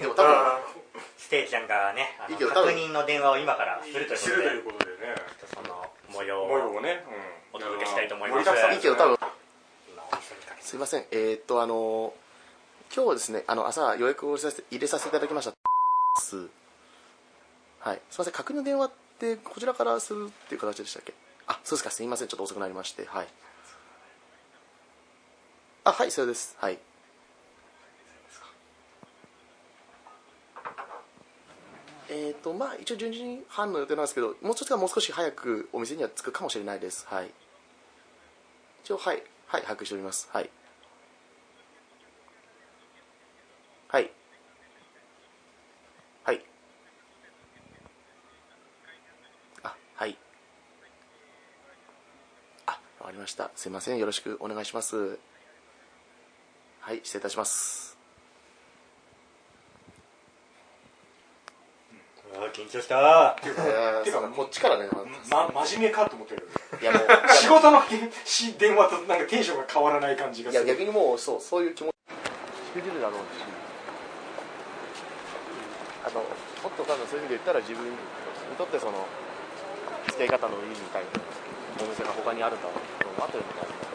でも多分ステーキさんがねあいのいけど多確分認の電話を今からするというするといこうことでねとでその模様模様ををね、お届けしたいと思いま盛りすだくさんいでいけど多分今お店にかけてすいませんえー、っとあの今日ですねあの朝予約をさせて入れさせていただきましたすはいすいません確認の電話ってこちらからするっていう形でしたっけあそうですかすいませんちょっと遅くなりましてはいあはいそれですはいえー、とまあ一応12時半の予定なんですけどもうちょっともう少し早くお店には着くかもしれないですはい一応はいはい把握しておりますはいはいはいあはいあわかりましたすいませんよろしくお願いしますはい失礼いたしますうわ緊張したていういやかてかこっちからねま、真面目かと思ってるいやもう仕事のし電話となんかテンションが変わらない感じがいすやる逆にもうそうそういう気持ちしびれるだろうしあともっと多分そういう意味で言ったら自分にとってその付き合い方のいいみたいなお店が他にあるんだろうと思ってるのがあります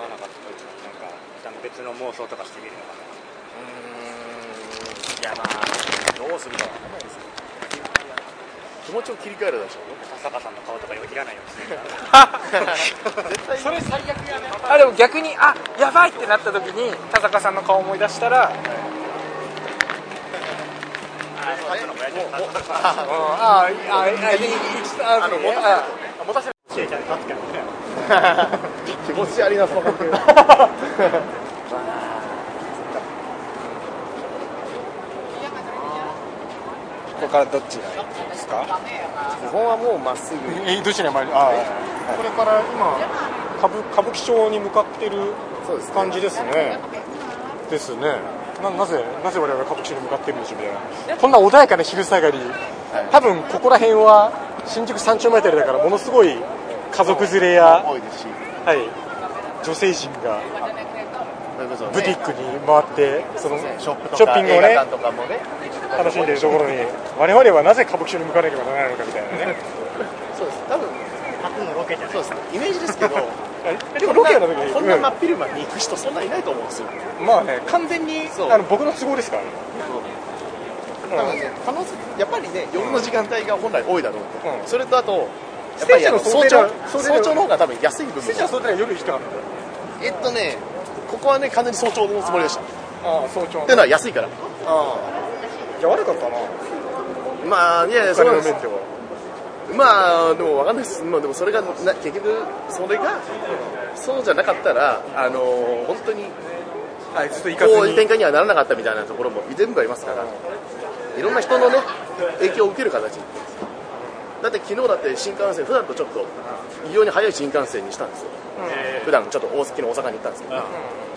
からうまく書かなかった時になんか一旦別の妄想とかしてみるのかなうんいやまあどうするかわかんないですよ気持ちを切り替えるでしょうね朝香さんの顔とかよぎらないようにしてるから絶そ対れ最悪やねあでも逆にあやばいってなった時に田坂さんの顔思い出したら、うん、最後の親父もうああいあいあいいあの持たせるあ持たせる教えちゃん立つけどね気持ちありなその格好ここからどっちがいいですか基本はもうまっすぐえどっちに参りああこれから今歌舞歌舞伎町に向かってるそうですね感じですねですねななぜなぜ我々は歌舞伎町に向かってるんでしょうみたいなこんな穏やかな昼下がり多分ここら辺は新宿三丁目あたりだからものすごい家族連れや、多いですしはい、女性陣がそれこそブティックに回ってそのショップとかショッピングを映ね画館とかもね楽しんでいるところに我々はなぜ歌舞伎町に向かなければならないのかみたいなねそうです多分初のロケじゃないそうですねイメージですけどでもロケの時にこんなうん真っ昼間に行く人そんないないと思うんですよまあね完全にそうあの僕の都合ですからね多分ね可能性やっぱりね夜の時間帯が本来多いだろうと、うんそれとあとやっぱステーりジあのの想早定朝が想定が早朝の方が多分安い部分スイちゃんそれなら夜行きたかったえっとねここはね完全に早朝のつもりでしたっああ早朝ていうのは安いからああじゃあ悪かったなまあいやいやお金うでのす面ではまあでも分かんないです、まあ、でもそれがな結局それがそうじゃなかったらあのー本当にはいずっと行かずこういうに展開にはならなかったみたいなところも全部ありますからいろんな人のね影響を受ける形だって昨日だって新幹線普段とちょっと異様に早い新幹線にしたんですよ普段ちょっと大月の大阪に行ったんですけど、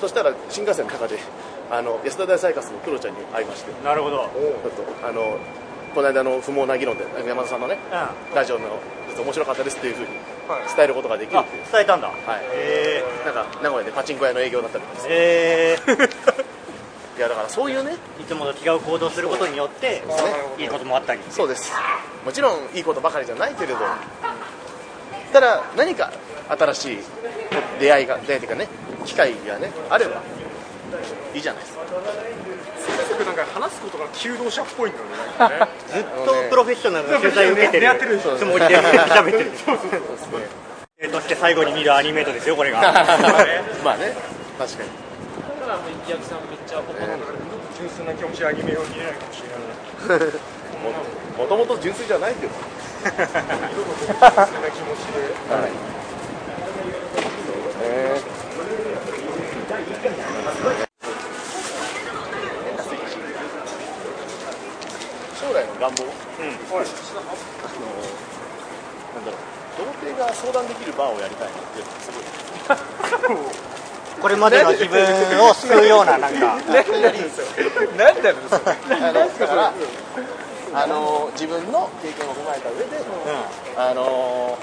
そしたら新幹線の中であの安田大サーカスのクロちゃんに会いましてちなるほどょっとあのこの間の不毛な議論で山田さんのねうラジオのちょっと面白かったですっていうふうにはい伝えることができるあっていう伝えたんだはいえなんか名古屋でパチンコ屋の営業だったりとかですー、えいやだからそういうねー、いつもと違う行動することによっねていいこともあったりそうですもちろんいいことばかりじゃないけれどただ何か新しい出会いが出会いというかね機会がねあればいいじゃないですかすぐなんか話すことが求道者っぽいんだよねなんかねとプロフェッショナルの取材を受けてる狙ってるつもりで喋ってるえーそして最後に見るアニメートですよこれが まあね確かに純粋な気持ちアニメを見れないかもしれないもともと純粋じゃないけど純粋な気持ちで将来の願望あのなんだろう童貞が相談できるバーをやりたいなっていうのがすごいこれまでの自分を救うようななんか何だろうそれあのだからあの自分の経験を踏まえた上で、あの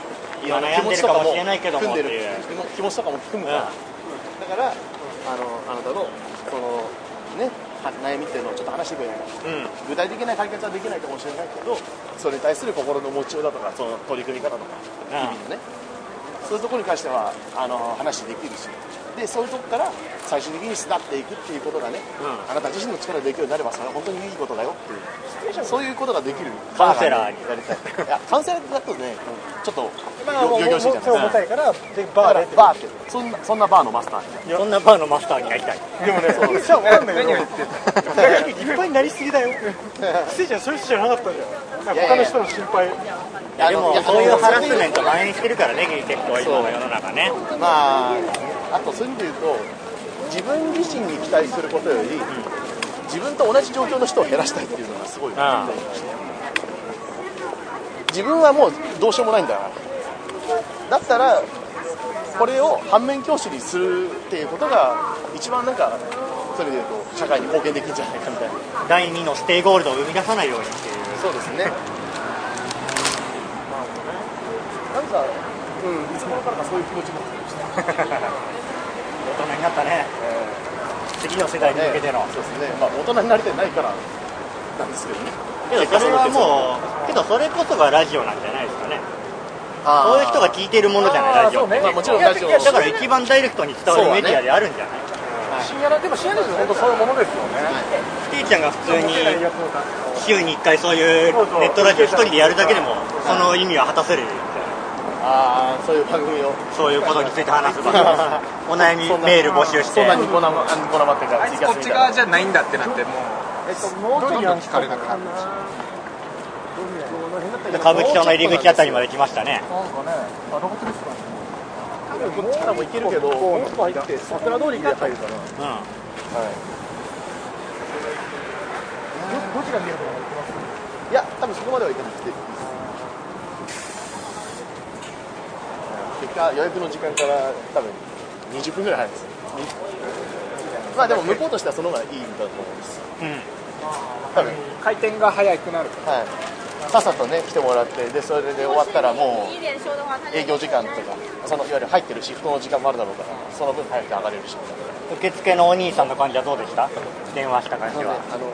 今悩んでるかもしれないけども気持ちとか含んでっていうる気持ちとかも含むから、だからあのあなたのそのね悩みっていうのをちょっと話してくれないかなうん具体的な解決はできないかもしれないけどそれに対する心の持ちようだとかその取り組み方とか日々のねそういうところに関してはあの話できるしでそういうとこから最終的に巣立っていくっていうことがね、うんあなた自身の力でできるようになればそれは本当にいいことだよっていうそういうことができるカウンセラーになりたいいやカウンセラーだとねちょっとまあもうよよ々しいじゃないですか手を重たいからでだバかーでらってバーってそんなそんなバーのマスターにそんなバーのマスターになりたい。でもね癖じゃ分かんないよ何を言っていっぱいになりすぎだよ癖じゃんそういう人じゃなかったじゃん他の人の心配いやでいもやそういうそハラうスいうメント蔓延してるからね、結構今の世の中ね。まあ、あとそういう意味で言うと、自分自身に期待することより、自分と同じ状況の人を減らしたいっていうのがすごい、あ自分はもうどうしようもないんだから、だったら、これを反面教師にするっていうことが、一番なんか、そういう意味で言うと、社会に貢献できるんじゃないかみたいな、第2のステイゴールドを生み出さないようにっていう。そうですね。なんか、うん、いつ頃からかそういう気持ちになってきました。大人になったね。次の世代に向けての。そうですね、まあ、大人になりてないからなんですけどね。けどそれはもう、けどそれこそがラジオなんじゃないですかね。あーそういう人が聞いてるものじゃない、ラジオって。まあ、もちろんラジオいやだから一番ダイレクトに伝わるメディアであるんじゃない、深夜ラでも深夜ラジオ本当そういうものですよねステイちゃんが普通にいや週に1回そういうネットラジオ一人でやるだけでもその意味は果たせるああそういう番組をそういうことについて話す番組 お悩みメール募集してそんなニコ生あニコ生っていうかあいツイつキャこスっみちた側いなじゃないんだってなってもえっともうちょどんいどん聞かれなくなるし歌舞伎町の入り口あたりまで来ましたねなんかねあロボットレストランこっちからも行けるけどもう一個入って桜通りで入るかどどちららうんにいるのかなっていや多分そこまでは行かなくて結果予約の時間から多分20分ぐらい早いですまあでも向こうとしてはその方がいいんだと思うんです多分回転が早くなるかはいさっさとね来てもらってでそれで終わったらもう営業時間とかそのいわゆる入ってるシフトの時間もあるだろうからその分早く上がれるしみたいな受付のお兄さんの感じはどうでした電話した感なのじではあの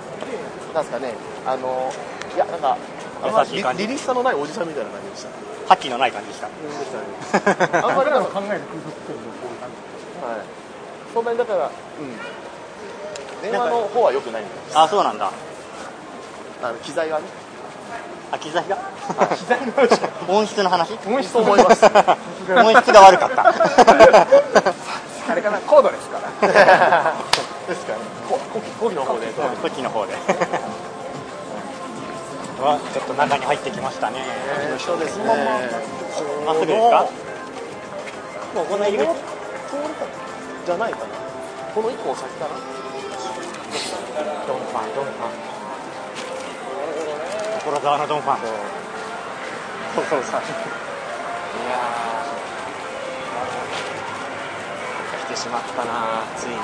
なんですかねあのいやなんかあんま優しい感じりリリースさのないおじさんみたいな感じでした覇気のない感じでしたあんまりなんか考える空腹っていうのをこういう感じはいそんなにだからうん電話の方は良くないみたいあそうなんだなあの機材はねあ機材が音質の話本質と思いますそう音質が悪か ったらあれかな高度ですからですかねここコーヒーの方でこっちの方で。わ、ちょっと中に入ってきましたね。そうですねまっすぐですか。もうこんな入り口。通るかじゃないかなこの一個先かなドンファン、ドンファン。所沢のドンファン。そうそうそう。来てしまったなついに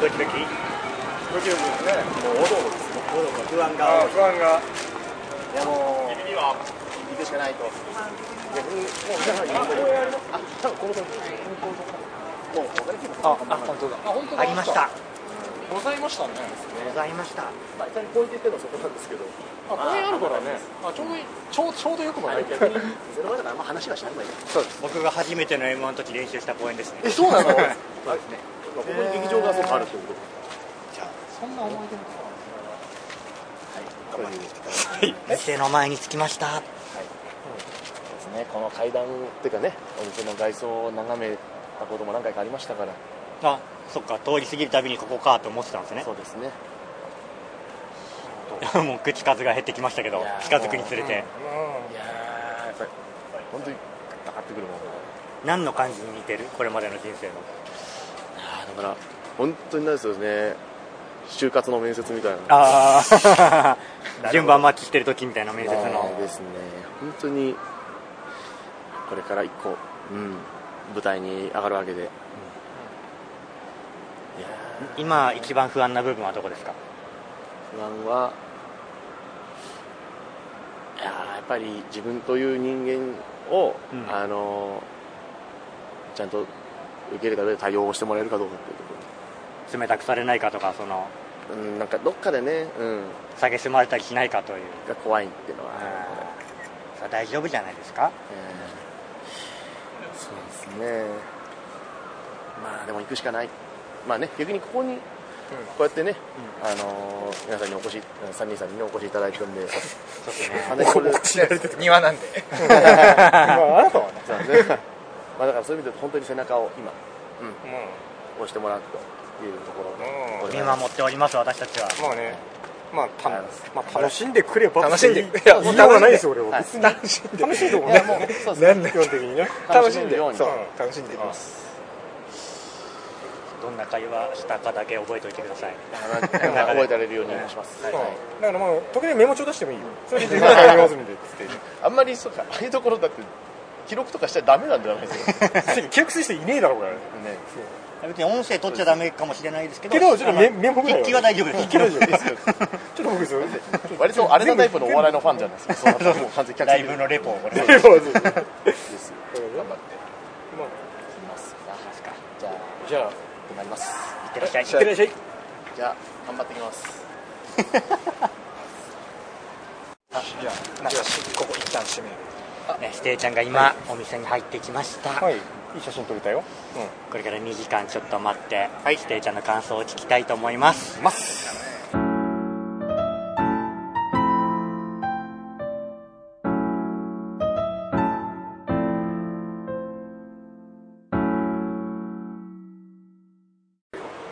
ドキドキ。ドキドキですねもうおどおどです不安あがー。不安がいやもう行くしかないと逆にもう皆さんにあ多分この辺もうお金切るあ本当だあ本当ありました。ございましたねございました。まあ一旦こう言って言ってるのはそこなんですけどあこれあるからねあちょうどいいちょうちょうどよくもあれない逆にゼロ前だからあんま話がしないんだけど僕が初めての M1 の時練習した公演ですね。えそうなのそうですねここに劇場がそうあるということそんな思い出もはいこういうです店の前に着きました。ねこの階段っていうかねお店の外装を眺めたことも何回かありましたからあ、そっか、通り過ぎるたびにここかと思ってたんですねそ。うですね もう口数が減ってきましたけどいや、ー近づくにつれて。いやーやっぱり本当にかかってくるもんな何の感じに似てるこれまでの人生の。あーだから本当になんですよね就活の面接みたいなああ 順番待ちしてる時みたいな面接ねのですね本当にこれから一個、うん、舞台に上がるわけで、いや今一番不安な部分はどこですかー不安はいやーやっぱり自分という人間を、うんあのーちゃんと受け入れた上で対応をしてもらえるかどうかっていうところ冷たくされないかとかそのうん、なんかどっかでね、うん、蔑まれたりしないかという、が怖いっていうのは、さあ大丈夫じゃないですかうんそうですねまあでも行くしかないまあね逆にここにこうやってね、あのー皆さんにお越し3人さんにねお越しいただいてる んで話する庭なんであなたはねそうですね まあだからそういう意味で本当に背中を今、押してもらうというところでござい見ます守っております私たちはまあねまあ、たまあ、楽しんでくれば楽しんでいや言いようがないですよ俺は、はい別に楽しんで楽しいと思うねいやもうそう基本的にね楽しんでようにそう楽しんでいきますどんな会話したかだけ覚えておいてくださいなんか覚えてられるようにします、はいだからまあ時々メモ帳出してもいいよそれで自分で帰りますんでっつってあんまりそうかああいうところだって記録とかしちゃダメなんじゃないですかねせやけど記録する人いねえだろうからね別に音声取っちゃダメかもしれないですけどけどちょっとメメモぐらい筆記は大丈夫ですいけるじゃんちょ っと僕ですよ割とあれのタイプのお笑いのファンじゃないですかそうなったらもう完全に客ライ席ブのレポをこれメモですよです頑張っていきますかじゃあじゃあこうなりますいってらっしゃいいってらっしゃいじゃあ頑張ってきますじゃあここ一旦閉めるね、ステイちゃんが今、お店に入ってきました、はいいい写真撮れたよこれから2時間ちょっと待って、ステイちゃんの感想を聞きたいと思いますます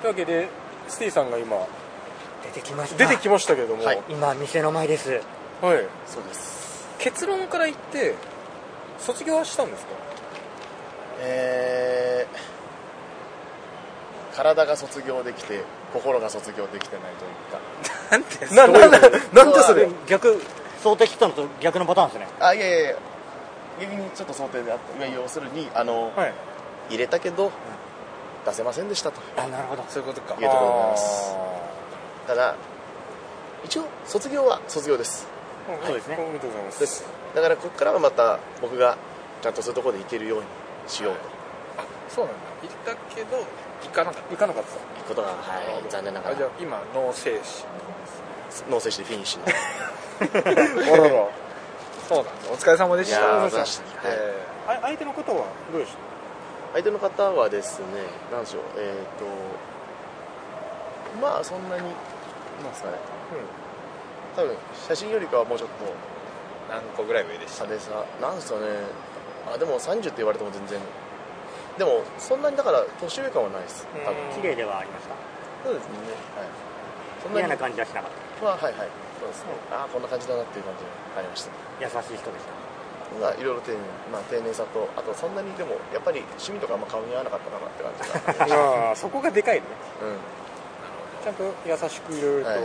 というわけでスティさんが今出てきまし出てきましたけども、はい今店の前ですはいそうです結論から言って卒業はしたんですかえー、体が卒業できて心が卒業できてないというななななんでだそれ逆想定切ったのと逆のパターンですねかあいやいやいや逆にちょっと想定であったいや要するにあの、はい入れたけど出せませんでしたとあなるほどそういうことかいうところでございますただ一応卒業は卒業ですあーそうですねおめでとうございますですだからここからはまた僕がちゃんとそういうところで行けるようにしようとそうなんだ行ったけど行かなかっ行かなかったいうことが、はい、残念ながたあらじゃあ今脳精神脳性してフィニッシュにあららそうなんだお疲れ様でしたいやーお疲れ様でお疲したれ様でしたえあ相手のことはどうでし相手の方はですね何でしょうえっ、とまあそんなになんですかね多分写真よりかはもうちょっとー何個ぐらい上でした差でさなんですかねあでも30って言われても全然でもそんなにだから年上感はないです多分綺麗ではありましたそうですねはいそんな嫌にな感じはしなかっまあはいはいそうですねああこんな感じだなっていう感じがありましたた優しい人でしたまあいろいろ丁寧,、まあ、丁寧さとあとそんなにでもやっぱり趣味とかあんま顔に合わなかったかなって感じが、 ょうああそこがでかいねうん、ちゃんと優しくいろいろとはい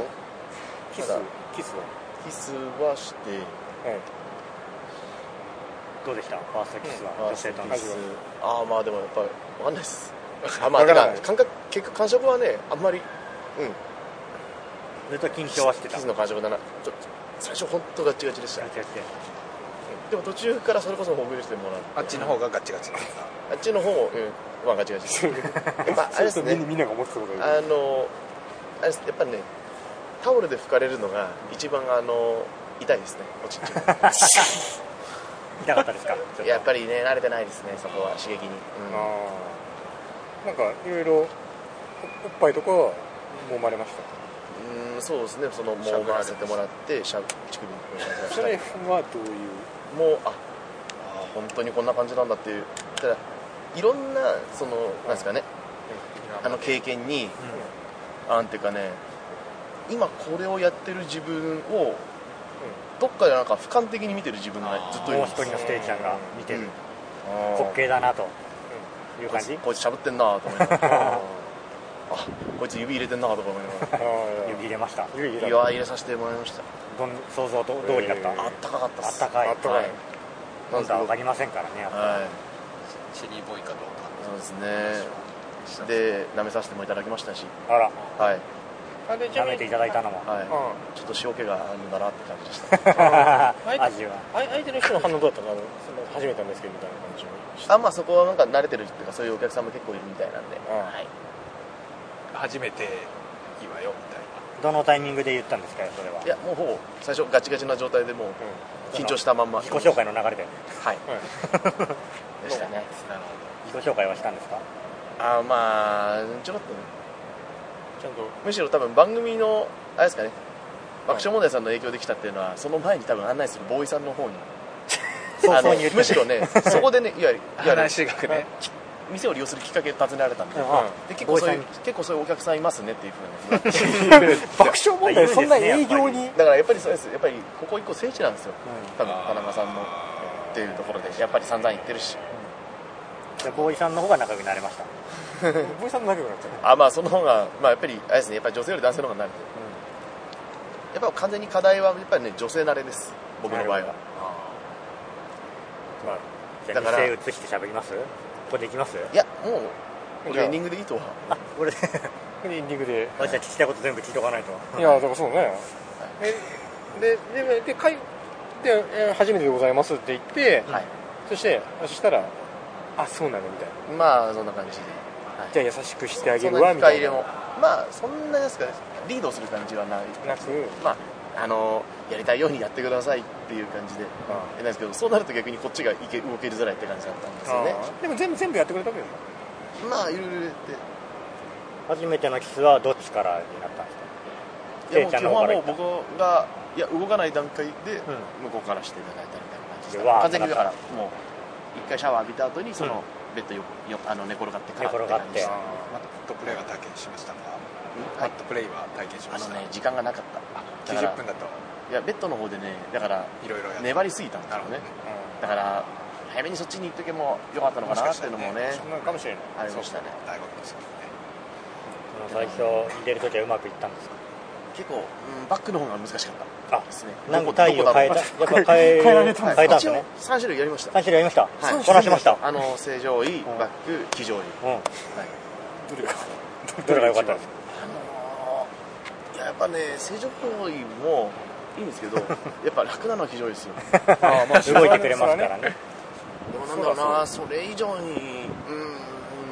キスただキスをキスはしてはいどうでしたファーストキスは、あ女性とのキキススああまあでもやっぱり分かんない ですあまあわかてらなかい感覚結局感触はねあんまりずっと緊張はしてたキスの感触だなちょっと最初本当ガッチガチでしたガチガチででも途中からそれこそほぐれてもらってあっちの方がガチガチなんだあっちの方も、うんまあ、ガチガチですま ああれですそうするとみんなねみんなが思ってたことだよあのあれですやっぱりねタオルで拭かれるのが一番あの痛いですねおちっちゃい 痛かったですかやっぱりね慣れてないですねそこは刺激に、うんああなんかいろいろおおっぱいとかは揉まれましうんそうですねそのもう回せてもらってしゃ乳首にたそれはどういうもうああー本当にこんな感じなんだっていうただいろんなそのなんですかねあの経験に、なんていうかね今これをやってる自分を、どっかでなんか俯瞰的に見てる自分がずっといるもんうで一す人のステイちゃんが見てる、うん滑稽だなといこいう感つじこいつ喋ってんなと思いなが らあこいつ指入れてんなとか思いながらああ指入れました指入れいたや入れさせてもらいましたどん想像と通りだった、えーあったかかったっあっすたかいあったかいはいな今ん度は分かかりませんからねやっぱはいチェリーボーイかどうそうですねで舐めさせてもいただきましたしあらはいかで舐めていただいたのもはいあちょっと塩気があるんだなって感じで した味はあ相手の人の反応どうだったかあのその初めてなんですけどみたいな感じあまあそこはなんか慣れてるっていうかそういうお客さんも結構いるみたいなんで、んはい、初めて今よみたいなどのタイミングで言ったんですかそれはいやもうほぼ最初ガチガチな状態でもう緊張したまんま自己紹介の流れではい でしたね自己紹介はしたんですかあーまあちょろっとねちゃんとむしろ多分番組のあれですかね爆笑問題さんの影響できたっていうのはその前に多分案内するボーイさんの方に早あの々に言ってむしろねそこでねいわゆるいわゆる話がね店を利用するきっかけを尋ねられたんで,、で結ボ構ーイそさうんいう結構そういうお客さんいますねっていうふうに 爆笑問題そんな営業にだからやっぱりそうですやっぱりここ一個聖地なんですよ、多分田中さんのっていうところでやっぱり散々言ってるしじゃあボーイさんの方が仲良くなれましたボイさん仲良くなっちゃあまあその方がまあやっぱりあれですねやっぱり女性より男性の方が慣れてる、やっぱ完全に課題はやっぱりね女性慣れです僕の場合なるはまあじゃあだから店移して喋りますここで行きますいやもうこじれゃあエンディングでいいとはあこれ私うエンディングでは聞きたいこと全部聞いておかないといやだからそうねでででかいでえー初めてでございますって言って、はいそしてそしたらあそうなのみたいなまあそんな感じでじゃあ優しくしてあげそんるなわにみ深た入いれなもまあそんなですかねリードする感じはないなくまああのやりたいようにやってくださいっていう感じで、なんですけどそうなると逆にこっちがいけ動けづらいって感じだったんですよねあーでも全部全部やってくれたわけですよまあいろいろ言っ初めてのキスはどっちからになったんですかていやもせいうちゃん基本の方はからもう僕が行ったいや動かない段階で向こうからしていただいたみたいな感じでしうわたー完全にだからもう一回シャワー浴びた後にそのベッドよよあの寝転がってから寝転がっ感じでてしたマットプレイは体験しましたかはマいットプレイは体験しまあのしたね時間がなかっただから90分だといやベッドの方でねだからいろいろやって粘りすぎたんですよねだから早めにそっちに行っとけもよかったのかなっていうのもねなのかもしれなあいりましたね大学ですけどねその最初入れるときはうまくいったんですか結構、うんバックの方が難しかったあですねなんどかこど体こ位をだろ変えたやっぱ変え変えられたうはい変えたんです一ね応3種類やりました3種類やりましたはいこなしましたあの正常位バック騎乗位、うんはいどれかどれが良かったですかあのーいややっぱね正常位もいいんですけどやっぱ楽なのは騎乗位ですよあーまあ動いてくれますからねでもなんだろうなそれ以上にうん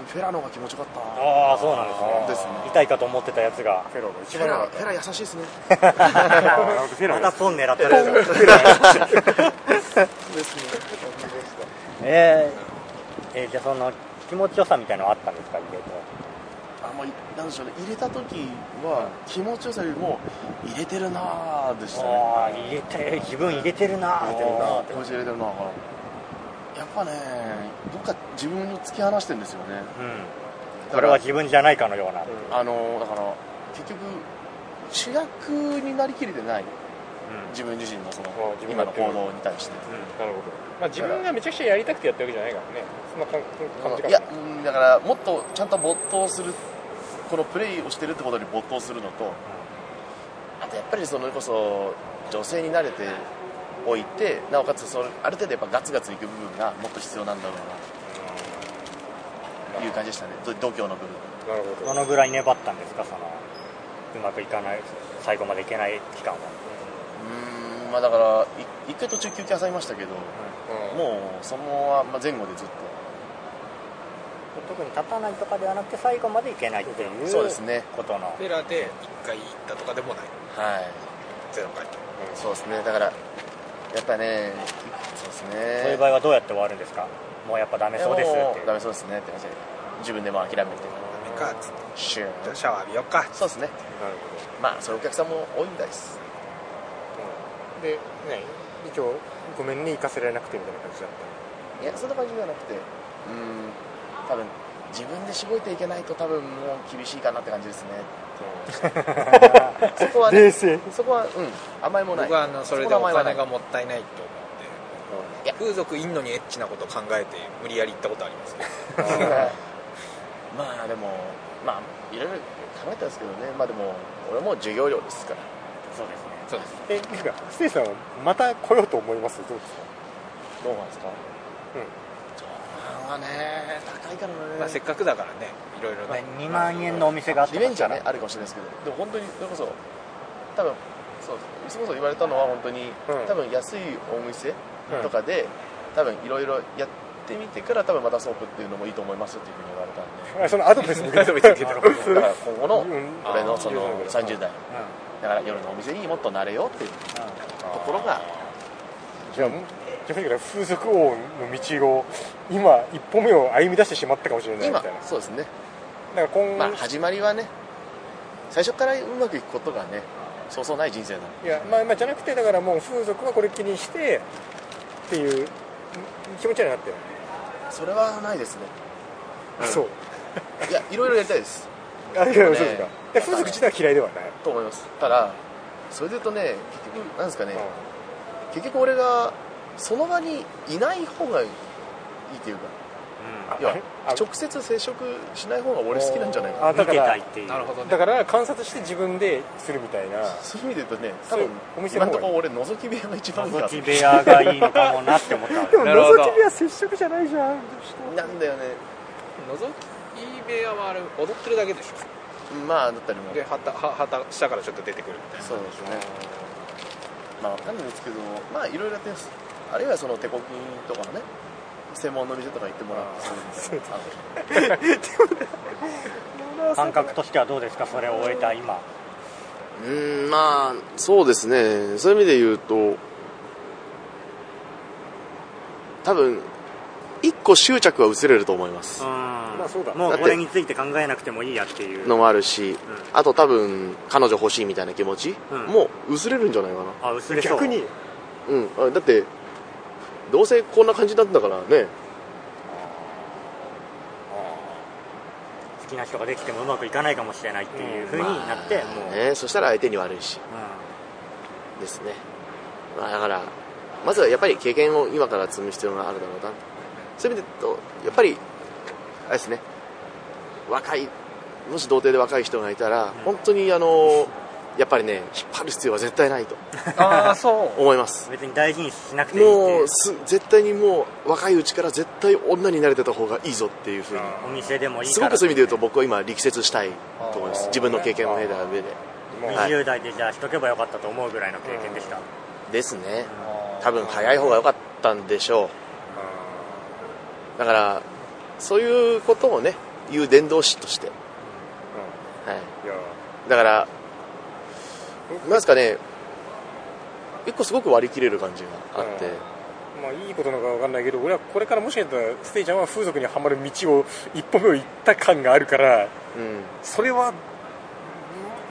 フェラの方が気持ちよかったなああそうなんですねですね痛いかと思ってたやつがフェローが一フェ番ラ良かっフェラ優しいですねたあーフェロまーがたポン狙ったやつがですねえーえーじゃあその気持ちよさみたいなのはあったんですか入れてあんまりなんでしょうね入れた時は気持ちよさよりも入れてるなーでしたねああ入れて自分入れてるなー入れっててるなーって気持ち入れてるなーやっぱねどっか自分を突き放してるんですよねうんだかこれらは自分じゃないかのような、あのだから結局主役になりきれてない自分自身のそあの自分今がの行動に対してなるほど、まあ、自分がめちゃくちゃやりたくてやったわけじゃないからねそんな感感じかもいやうんだからもっとちゃんと没頭するこのプレイをしてるってことに没頭するのとあとやっぱりそれこそ女性に慣れておいてなおかつそれある程度やっぱガツガツいく部分がもっと必要なんだろうなという感じでしたねど度胸の部分なるほどどのぐらい粘ったんですかそのうまくいかない最後までいけない期間はうんまあだからい一回途中休憩挟みましたけどうんもうそのまま前後でずっと特に立たないとかではなくて最後までいけないっていうそうですねことのペラで1回行ったとかでもないはいゼロ回転そうですねだからやっぱねそうですねそういう場合はどうやって終わるんですかもうやっぱダメそうですってもいうダメそうですねって感じで自分でも諦めてダメかつってシュじゃあーシャワー浴びようかそうですねなるほまあそういうお客さんも多いみたいですどでね一応ごめんね行かせられなくてみたいな感じだっいやそんな感じじゃなくてうん多分自分でしごいていけないと多分もう厳しいかなって感じですねそこはたね冷静そこはうん甘えもない僕はあのそれでこおは甘えはない金がもったいないと思ってうん風俗いんのにエッチなこと考えて無理やり行ったことあり ますけど まあでもまあいろいろ考えたんですけどねまあでも俺も授業料ですからそうですねそうですえなんかステイさんはまた来ようと思いますどうですかどうなんですかうんそうはね高いからね、まあ、せっかくだからねいろいろまあね2万円のお店があってリベンジはねあるかもしれないですけどでも本当にそれこそ多分そうですそもそも言われたのは本当に、うん多分安いお店とかで、多分いろいろやってみてから多分またソープっていうのもいいと思いますっていうふうに言われたんであその アドバイスも受けてだから今後のうん俺のそのうん30代だから夜のお店にもっと慣れようっていうところがじゃあ逆に言うから風俗王の道を今一歩目を歩み出してしまったかもしれないみた今いなだそうですねから今、まあ始まりはね最初からうまくいくことがねそうそうない人生なのいやまあまあじゃなくてだからもう風俗はこれっきりにしてっていう気持ちにはなってる、それはないですねそういやいろいろやりたいですあいやそうですねかいや風俗自体は嫌いではない、と思いますただそれで言うとね結局なんですかね結局俺がその場にいない方がいいっていうかいやあ直接接触しない方が俺好きなんじゃないかなあだ見かてたらいっていうなるほどねだから観察して自分でするみたいなそういう意味で言うとね多そう分お店今のの方とこがろ俺覗き部屋が一番いい覗なき部屋がいいのかもなって思ったんですもなるほどは接触じゃないじゃんなんだよね覗き部屋はあれ踊ってるだけでしょまあだったりもで旗は旗下からちょっと出てくるみたいなそうですねまあわかんないですけどまあいろいろやってますあるいはその手こきとかのね専門の店とか行ってもらってそういうのあの感覚としてはどうですかそれを終えた今うーんまあそうですねそういう意味で言うと多分一個執着は薄れると思いますまあそうだもうこれについて考えなくてもいいやっていうのもあるし、あと多分彼女欲しいみたいな気持ち、うんもう薄れるんじゃないかなあ薄れそう逆にうんあだってどうせこんな感じなんだからね好きな人ができてもうまくいかないかもしれないっていうふうになって、もう、ねそしたら相手に悪いしですね、まあ、だからまずはやっぱり経験を今から積む必要があるだろうなそういう意味で言うとやっぱりあれですね若いもし童貞で若い人がいたら本当にあのやっぱりね引っ張る必要は絶対ないとあ あそう思いまうすん別に大事にしなくていいってもいううす絶対にもう若いうちから絶対女に慣れてた方がいいぞっていうふうにお店でもいいすかごらくそういう意味で言うと僕は今力説したいと思います自分の経験も経た上で20代でじゃあしとけばよかったと思うぐらいの経験でした、ですね多分早い方が良かったんでしょうだからそういうことをね言う伝道師として、はい、いやだからなんですかね一個すごく割り切れる感じがあって、うんまあいいことなのかわかんないけど俺はこれからもしかしたらステイちゃんは風俗にはまる道を一歩目を行った感があるかうらん、それは、ま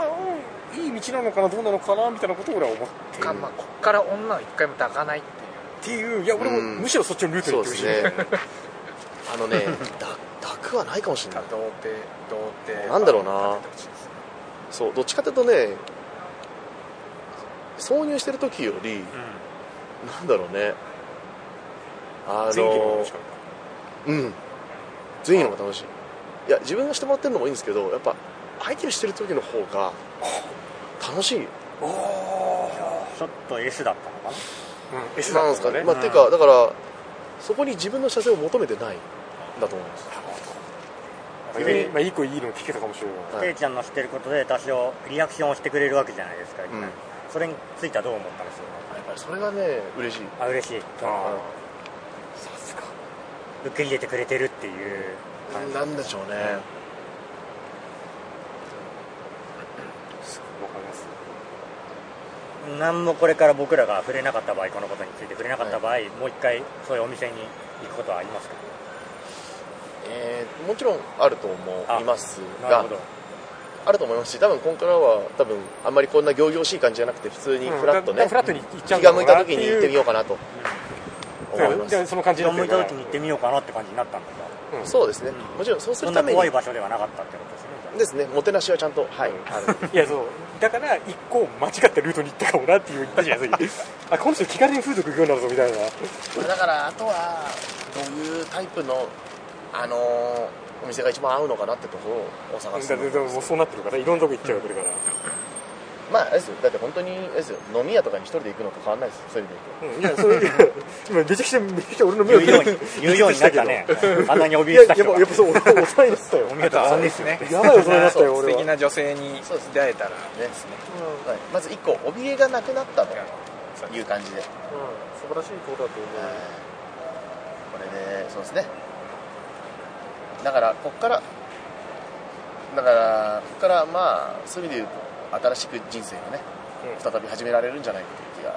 あ、いい道なのかなどうなのかなみたいなことを俺は思っかまあこっから女を一回も抱かないっていていうういや俺もうんむしろそっちのルートにそ行うってでほすしい、ね あのねだ抱くはないかもしれない童貞童貞なんだろうなそうどっちかというとね挿入してる時より、なんだろうねあ前期のの話かうん前期の方が楽しいいや自分がしてもらってるのもいいんですけどやっぱ相手にしてる時の方が楽しいちょっと S だったのかなな、うん、S なんだでっすかたんだね、ね、まあ、っていうかだからそこに自分の射精を求めてないんだと思います逆にまあ、いい子いいの聞けたかもしれない、はいていちゃんの知ってることで多少リアクションをしてくれるわけじゃないですか、んそれについてはどう思ったんですかやっぱりそれがね嬉しいあ嬉しいあ受け入れてくれてるっていうなんでしょうね、あわかります何もこれから僕らが触れなかった場合このことについて触れなかった場合、もう一回そういうお店に行くことはありますかえーもちろんあると思いますなるがほどあると思いますし多分今からは多分あんまりこんな仰々しい感じじゃなくて普通にうんフラッとね、だからフラットに行っちゃうん気だがろ向ういたなっ時ていうに行ってみようかなと思いまじゃあすその感じ気になっがてる向いたから時に行ってみようかなって感じになったんだそうですねもちろんそうすそるんたなめに怖い場所ではなかったってことですねですねもてなしはちゃんとはいあるいやそうだから一個間違ったルートに行ったかもなっていう言ったじゃないですかあこの人気軽に風俗行くようになるぞみたいなまあ だからあとはどういうタイプのあのーお店が一番合うのかなってところをお探しすだってでももうそうなってるからいろんなとこ行っちゃうこれから、まああれですよだって本当にあれですよ飲み屋とかに一人で行くのと変わらないですそういう意味で言ういや、それ、いや今めちゃくちゃ、めちゃくちゃ俺の目言をうように言うようになったねあんなに怯えてたいや、やっ人がぱ、やっぱそう、俺は抑えになったよ。お見事そそううでですすねやばい大人になったよ素俺は敵な女性にそうです出会えたらとねはいまず一個怯えがなくなったという感じで素晴らしいことだだと思う。これでそうですねだからこっからだからこっからまあそういう意味で言うと新しく人生がね、再び始められるんじゃないかという気が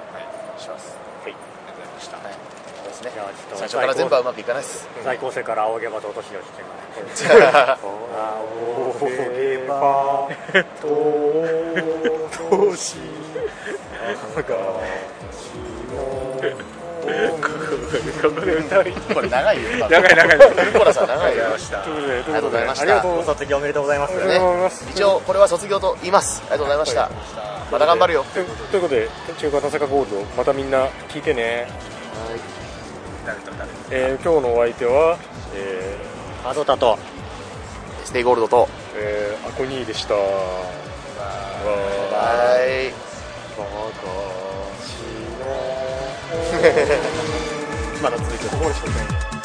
します、ありがとうございましたはいそうですねじゃあちょっと最初から全部はうまくいかないです在校生から仰げばと落としをしてまこれ長いよ長長い長いコラさん長いよということで、ありがとうござありいましたありがとうご卒業おめでとうございます。ございます。一応これは卒業と言いますありがとうございましたまた頑張るよというということで、中華田坂ゴールド、またみんな聞いてね。えー今日のお相手は、えハドタと。ステイゴールドとーえーアコニーでした。はいまだ続いてる。ここまでしかいない。